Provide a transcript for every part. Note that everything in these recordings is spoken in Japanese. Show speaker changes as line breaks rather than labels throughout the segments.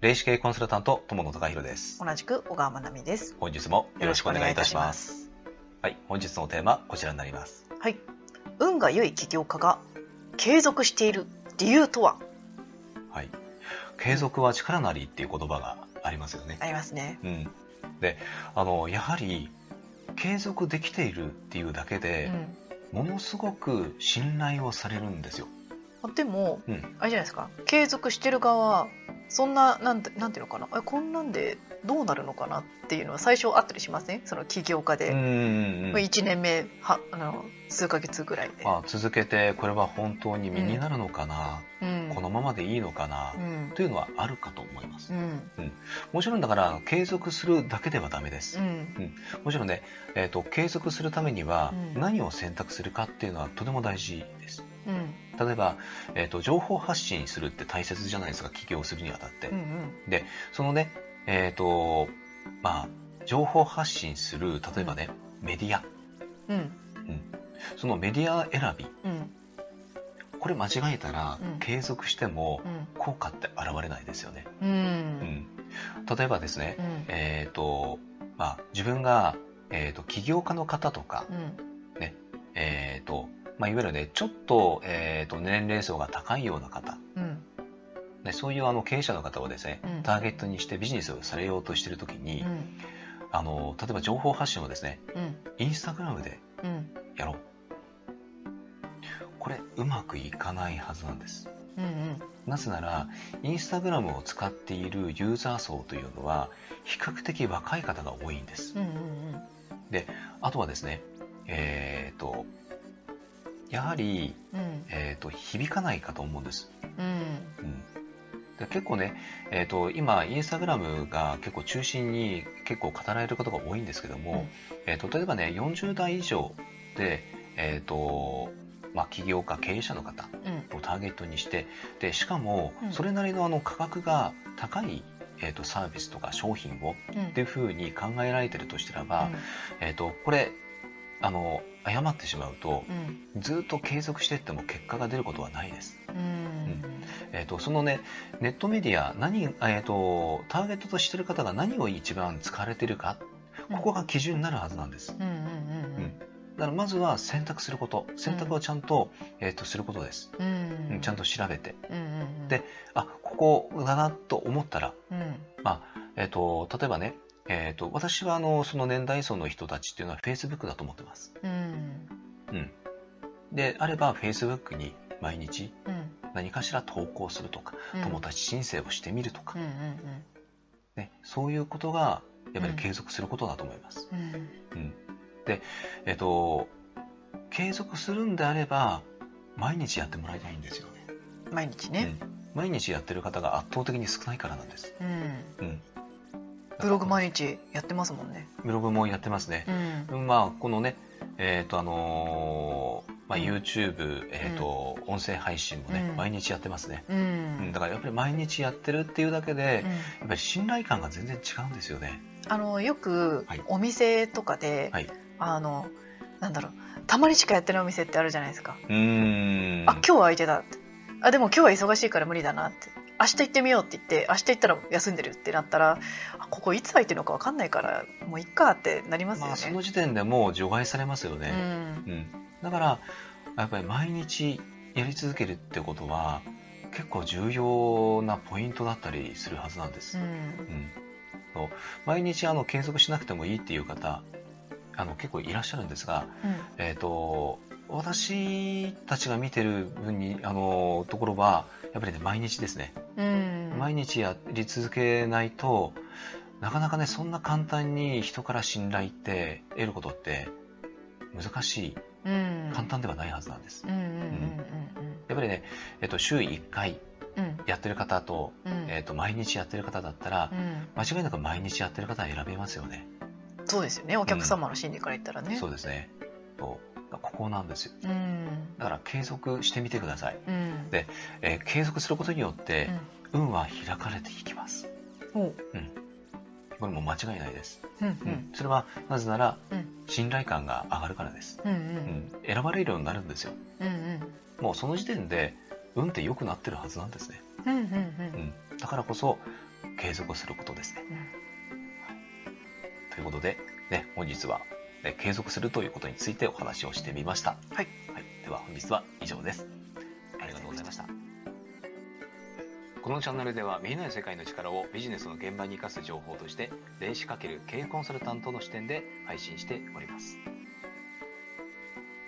霊視系コンサルタント友野貴弘です
同じく小川まなみです。
本日もよろしくお願いいたします
す。
はい本日のテーマこちらになります
はい。運が良い起業家が継続している理由とは
はい継続は力なりっていう言葉がありますよね
ありますね。
うんであのやはり継続できているっていうだけ
う
で、
ん。
ものすごく信頼をされるんですよ
あでも、
うん
あれじゃないですか。継続してる側そんななんてなんていうのかな。えこんなんでどうなるのかなっていうのは最初あったりしません？その起業家
うん
で、
うん
まあ一年目はあの数ヶ月ぐらいで。
まあ、続けてこれは本当に身になるのかな、
うん
このままでいいのかな、
うん
というのはあるかと思います、
うん
もちろんだから継続するだけではダメです、
うん
もちろんね、えー、と継続するためには
うん
何を選択するかっていうのはとても大事です
うん
例えば、えー、と情報発信するって大切じゃないですか起業するにあたって、
うんうん
そのねえっ、とまあ情報発信する例えばね、メディア
うん
そのメディア選び
うん
これ間違えたら
うん
継続しても効果って現れないですよね、
うんうん
うん、例えばですね、
うん
えっ、とまあ自分が、えー、と起業家の方とか、
うん
えーとまあ、いわゆるねちょっと,、えー、と年齢層が高いような方、
うん
ね、そういうあの経営者の方をですね、
うん
ターゲットにしてビジネスをされようとしてる時に、
うん
あの例えば情報発信をですね
うん
インスタグラムで
うん
やろうこれうまくいかないはずなんです
うん
なぜならインスタグラムを使っているユーザー層というのは比較的若い方が多いんです
うんうんうん
あとはですねえっ、とやはり、
うん
えー、と響かないかと思うんです
うん
うんで結構ね、えー、と今インスタグラムが結構中心に結構語られることが多いんですけども、えー、と例えばね40代以上で、えーとまあ、起業家経営者の方
うん
をターゲットにしてでしかも
うん
それなりのあの価格が高い、えー、とサービスとか商品を
うん
っていうふうに考えられてるとしたらば、えー、とこれあの誤ってしまうと
うん
ずっと継続していっても結果が出ることはないです。
うん
えー、とそのねネットメディア何、えー、とターゲットとしてる方が何を一番使われてるか
うん
ここが基準になるはずなんです
うんうん
だからまずは選択すること選択をちゃんと,、えー、とすることです、
うんうん
う
うんん
ちゃんと調べて
うんうんうん
であここだなと思ったら、
うん
えー、と例えばねえー、と私はあのその年代層の人たちっていうのは Facebook だと思ってます
うん
であれば Facebook に毎日
うん
何かしら投稿するとか
うん
友達申請をしてみるとか
うん、うん
ね、そういうことがやっぱり
うん
継続することだと思います。
うん
えっと継続するんであれば毎日やってもらいたいんですよね。
うん毎日ね
毎日やってる方が圧倒的に少ないからなんです。
うん
うん、
ブログ毎日やってますもんね
ブログもやってますね
う。ん
まあこのねえっ、とあのーまあ、
うん
YouTube、えっと音声配信もね、
うん
毎日やってますね。
うんう
うん
ん
だからやっぱり毎日やってるっていうだけで、やっぱり信頼感が全然違うんですよね。
あのよく
はい
お店とかで
はい
あのなんだろうたまにしかやってないお店ってあるじゃないですか
うーん。
あ今日は空いてたってあでも今日は忙しいから無理だなって明日行ってみようって言って明日行ったら休んでるってなったらあここいつ空いてるのか分かんないからもういっかってなりますよ
まあそ
ね。
の時点でもう除外されますよね。
うん
うん、だからやっぱり毎日やり続けるってことは結構重要なポイントだったりするはずなんで
う
す、
ん
うんそう毎日あの継続しなくてもいいっていう方あの結構いらっしゃるんですが、えー、と私たちが見てる分にあのところはやっぱりね毎日ですね、
うん
毎日やり続けないとなかなかねそんな簡単に人から信頼って得ることって難しい
うん
簡単ではないはずなんです
うんうん
やっぱりね、えっと、週1回
うんうんうん
やってる方と,、
うん
えっと毎日やってる方だったら、
うん
間違いなく毎日やってる方は選べますよね。
そうですよねお客様の心理から言ったらね。
そうですね。そうここなんですよ。
うん
だから継続してみてください。
うん
でえー継続することによって、
う
運は開かれていきます。
んお
これもう間違いないです。
うん
うんそれはなぜなら、
うん
信頼感が上がるからです、
うんうんう
うんん。選ばれるようになるんですよ。
うんうん
もうその時点で運って良くなってるはずなんですね。
うんうんうん
だからこそ継続することですね。ということで、ね、本日は、ね、継続するということについてお話をしてみました。
はい
はい、では本日は以上です。ありがとうございました。このチャンネルでは見えない世界の力をビジネスの現場に生かす情報として、霊視×経営コンサルタントの視点で配信しております。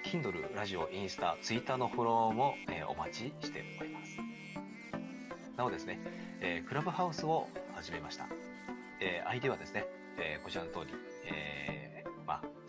Kindle、ラジオ、インスタ、Twitter のフォローも、えーお待ちしております。なおですね、えークラブハウスを始めました。えー、相手はですね、えーこちらの通り、えーまあ、